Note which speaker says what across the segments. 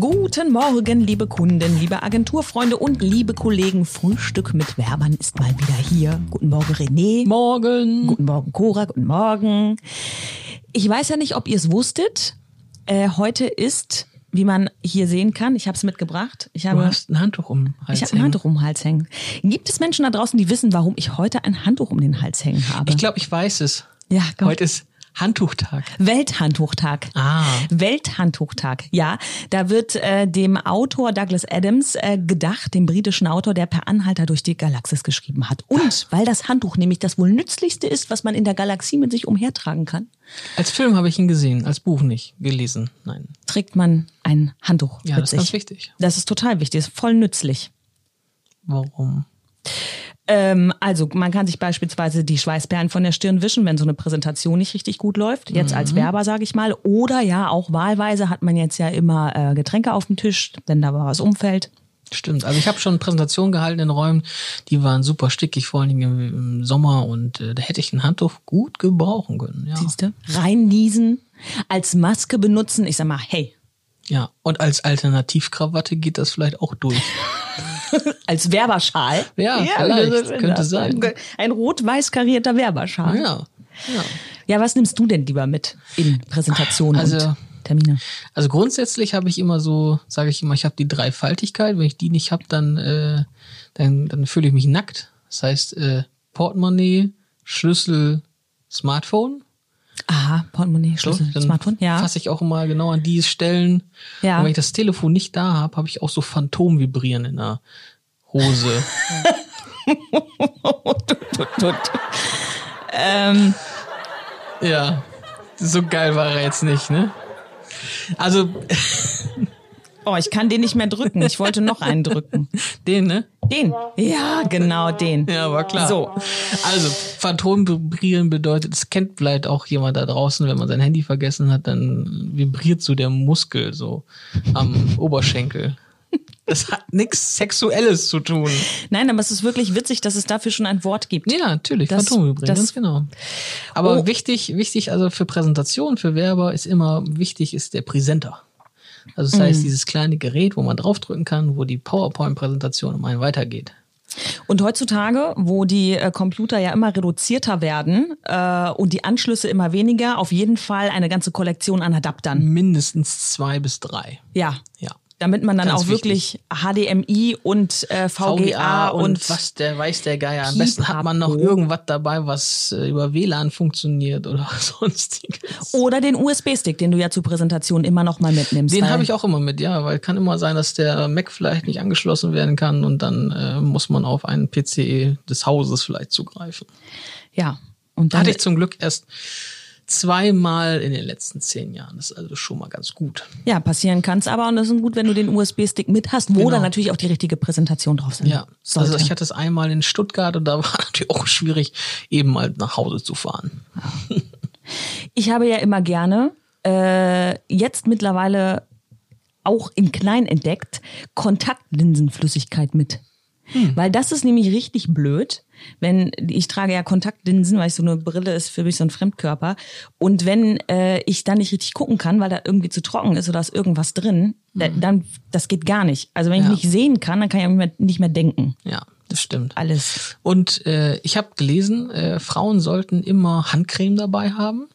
Speaker 1: Guten Morgen, liebe Kunden, liebe Agenturfreunde und liebe Kollegen. Frühstück mit Werbern ist mal wieder hier. Guten Morgen, René.
Speaker 2: Morgen.
Speaker 1: Guten Morgen, Cora. Guten Morgen. Ich weiß ja nicht, ob ihr es wusstet. Äh, heute ist, wie man hier sehen kann, ich habe es mitgebracht. Ich
Speaker 2: Du
Speaker 1: habe,
Speaker 2: hast ein Handtuch um. den Hals
Speaker 1: ich habe ein
Speaker 2: hängen.
Speaker 1: Handtuch um den Hals hängen. Gibt es Menschen da draußen, die wissen, warum ich heute ein Handtuch um den Hals hängen habe?
Speaker 2: Ich glaube, ich weiß es.
Speaker 1: Ja, komm.
Speaker 2: Heute ist Handtuchtag.
Speaker 1: Welthandtuchtag.
Speaker 2: Ah.
Speaker 1: Welthandtuchtag, ja. Da wird äh, dem Autor Douglas Adams äh, gedacht, dem britischen Autor, der per Anhalter durch die Galaxis geschrieben hat. Und weil das Handtuch nämlich das wohl nützlichste ist, was man in der Galaxie mit sich umhertragen kann,
Speaker 2: Als Film habe ich ihn gesehen, als Buch nicht. Gelesen, nein.
Speaker 1: trägt man ein Handtuch
Speaker 2: Ja,
Speaker 1: mit
Speaker 2: das ist
Speaker 1: sich.
Speaker 2: ganz wichtig.
Speaker 1: Das ist total wichtig, ist voll nützlich.
Speaker 2: Warum?
Speaker 1: Ähm, also man kann sich beispielsweise die Schweißperlen von der Stirn wischen, wenn so eine Präsentation nicht richtig gut läuft. Jetzt
Speaker 2: Mhm.
Speaker 1: als Werber sage ich mal. Oder ja, auch wahlweise hat man jetzt ja immer äh, Getränke auf dem Tisch, wenn da mal was umfällt.
Speaker 2: Stimmt. Also ich habe schon Präsentationen gehalten in Räumen, die waren super stickig, vor allen Dingen im Sommer und äh, da hätte ich ein Handtuch gut gebrauchen können. Ja.
Speaker 1: Siehste? Reinniesen, als Maske benutzen. Ich sag mal, hey,
Speaker 2: ja. Und als Alternativkrawatte geht das vielleicht auch durch.
Speaker 1: als Werberschal.
Speaker 2: Ja, vielleicht. Könnte sein.
Speaker 1: Ein rot-weiß karierter Werberschal. Ja.
Speaker 2: ja. ja.
Speaker 1: was nimmst du denn lieber mit in Präsentationen
Speaker 2: Also-
Speaker 1: und Termine?
Speaker 2: Also grundsätzlich habe ich immer so, sage ich immer, ich habe die Dreifaltigkeit. Wenn ich die nicht habe, dann, äh, dann, dann fühle ich mich nackt. Das heißt, äh, Portemonnaie, Schlüssel, Smartphone.
Speaker 1: Aha, Portemonnaie, Schlüssel,
Speaker 2: dann
Speaker 1: Smartphone. Ja.
Speaker 2: fasse ich auch immer genau an die Stellen.
Speaker 1: Ja.
Speaker 2: Und wenn ich das Telefon nicht da habe, habe ich auch so Phantomvibrieren in der Hose.
Speaker 1: Ähm,
Speaker 2: ja. So geil war er jetzt nicht, ne? Also
Speaker 1: oh, ich kann den nicht mehr drücken. Ich wollte noch einen drücken.
Speaker 2: den, ne?
Speaker 1: Den. Ja, genau den.
Speaker 2: Ja, war klar.
Speaker 1: So.
Speaker 2: Also, Phantom vibrieren bedeutet, es kennt vielleicht auch jemand da draußen, wenn man sein Handy vergessen hat, dann vibriert so der Muskel so am Oberschenkel. Das hat nichts Sexuelles zu tun.
Speaker 1: Nein, aber es ist wirklich witzig, dass es dafür schon ein Wort gibt.
Speaker 2: Ja, natürlich,
Speaker 1: Das-
Speaker 2: Phantom vibrieren,
Speaker 1: das-
Speaker 2: ganz genau. Aber
Speaker 1: Oh.
Speaker 2: wichtig, wichtig, also für Präsentationen, für Werber ist immer wichtig, ist der Präsenter. Also das heißt, dieses kleine Gerät, wo man draufdrücken kann, wo die PowerPoint-Präsentation um einen weitergeht.
Speaker 1: Und heutzutage, wo die äh, Computer ja immer reduzierter werden äh, und die Anschlüsse immer weniger, auf jeden Fall eine ganze Kollektion an
Speaker 2: Mhm.
Speaker 1: Adaptern.
Speaker 2: Mindestens zwei bis drei.
Speaker 1: Ja.
Speaker 2: Ja.
Speaker 1: Damit man dann
Speaker 2: Ganz
Speaker 1: auch wirklich HDMI und äh, VGA,
Speaker 2: VGA und,
Speaker 1: und,
Speaker 2: was der weiß der Geier. Am
Speaker 1: Pipapo.
Speaker 2: besten hat man noch irgendwas dabei, was äh, über WLAN funktioniert oder sonstiges.
Speaker 1: oder den USB-Stick, den du ja zur Präsentation immer noch mal mitnimmst.
Speaker 2: Den
Speaker 1: weil-
Speaker 2: habe ich auch immer mit, ja, weil kann immer sein, dass der Mac vielleicht nicht angeschlossen werden kann und dann äh, muss man auf einen PC des Hauses vielleicht zugreifen.
Speaker 1: Ja. Und dann
Speaker 2: Hatte ich zum Glück erst zweimal in den letzten zehn Jahren. Das ist also schon mal ganz gut.
Speaker 1: Ja, passieren kann's aber und das ist gut, wenn du den USB-Stick mit hast, wo dann natürlich auch die richtige Präsentation drauf sein
Speaker 2: Genau. Ja,
Speaker 1: sollte.
Speaker 2: also ich hatte es einmal in Stuttgart und da war natürlich auch schwierig, eben mal nach Hause zu fahren.
Speaker 1: ich habe ja immer gerne äh, jetzt mittlerweile auch in klein entdeckt Kontaktlinsenflüssigkeit mit.
Speaker 2: Hm.
Speaker 1: Weil das ist nämlich richtig blöd, wenn ich trage ja Kontaktlinsen, weil ich so eine Brille ist für mich so ein Fremdkörper. Und wenn äh, ich dann nicht richtig gucken kann, weil da irgendwie zu trocken ist oder ist irgendwas drin, da, dann das geht gar nicht. Also wenn
Speaker 2: Hm. Ja.
Speaker 1: ich nicht sehen kann, dann kann ich auch nicht mehr, nicht mehr denken.
Speaker 2: Ja, das stimmt.
Speaker 1: Alles
Speaker 2: Und äh, ich habe gelesen, äh, Frauen sollten immer Handcreme dabei haben,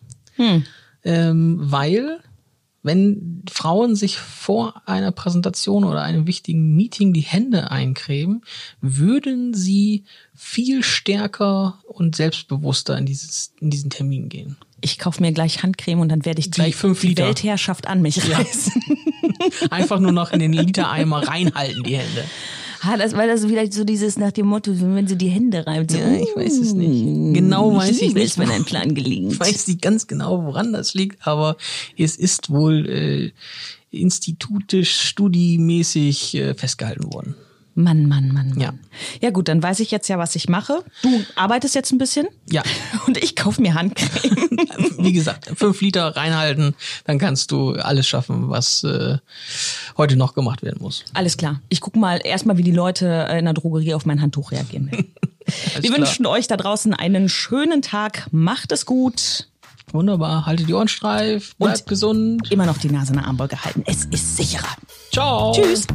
Speaker 2: ähm, weil wenn Frauen sich vor einer Präsentation oder einem wichtigen Meeting die Hände eincremen, würden sie viel stärker und selbstbewusster in, dieses, in diesen Termin gehen.
Speaker 1: ich kaufe mir gleich Handcreme und dann werde ich die,
Speaker 2: Gleich fünf
Speaker 1: die
Speaker 2: Liter.
Speaker 1: Weltherrschaft an mich reißen.
Speaker 2: Einfach nur noch in den Litereimer reinhalten die Hände.
Speaker 1: Ah, das, weil das vielleicht so dieses nach dem Motto, wenn sie die Hände reibt. So,
Speaker 2: Ja, ich weiß es nicht. Genau
Speaker 1: "Mm,
Speaker 2: weiß ich
Speaker 1: liebe
Speaker 2: nicht,
Speaker 1: es, wenn ein Plan gelingt.
Speaker 2: Ich weiß nicht ganz genau, woran das liegt, aber es ist wohl äh, institutisch, studiemäßig äh, festgehalten worden.
Speaker 1: Mann, Mann, Mann, Mann.
Speaker 2: Ja.
Speaker 1: ja gut, dann weiß ich jetzt ja, was ich mache. Du arbeitest jetzt ein bisschen
Speaker 2: Ja,
Speaker 1: und ich kaufe mir Handcreme.
Speaker 2: wie gesagt, fünf Liter reinhalten, dann kannst du alles schaffen, was äh, heute noch gemacht werden muss.
Speaker 1: Alles klar. Ich gucke mal erstmal, wie die Leute äh, in der Drogerie auf mein Handtuch reagieren werden.
Speaker 2: Alles
Speaker 1: Wir
Speaker 2: klar.
Speaker 1: wünschen euch da draußen einen schönen Tag. Macht es gut.
Speaker 2: Wunderbar. Haltet die Ohren steif, bleibt
Speaker 1: Und-
Speaker 2: gesund.
Speaker 1: Immer noch die Nase in der Armbeuge halten. Es ist sicherer.
Speaker 2: Ciao.
Speaker 1: Tschüss.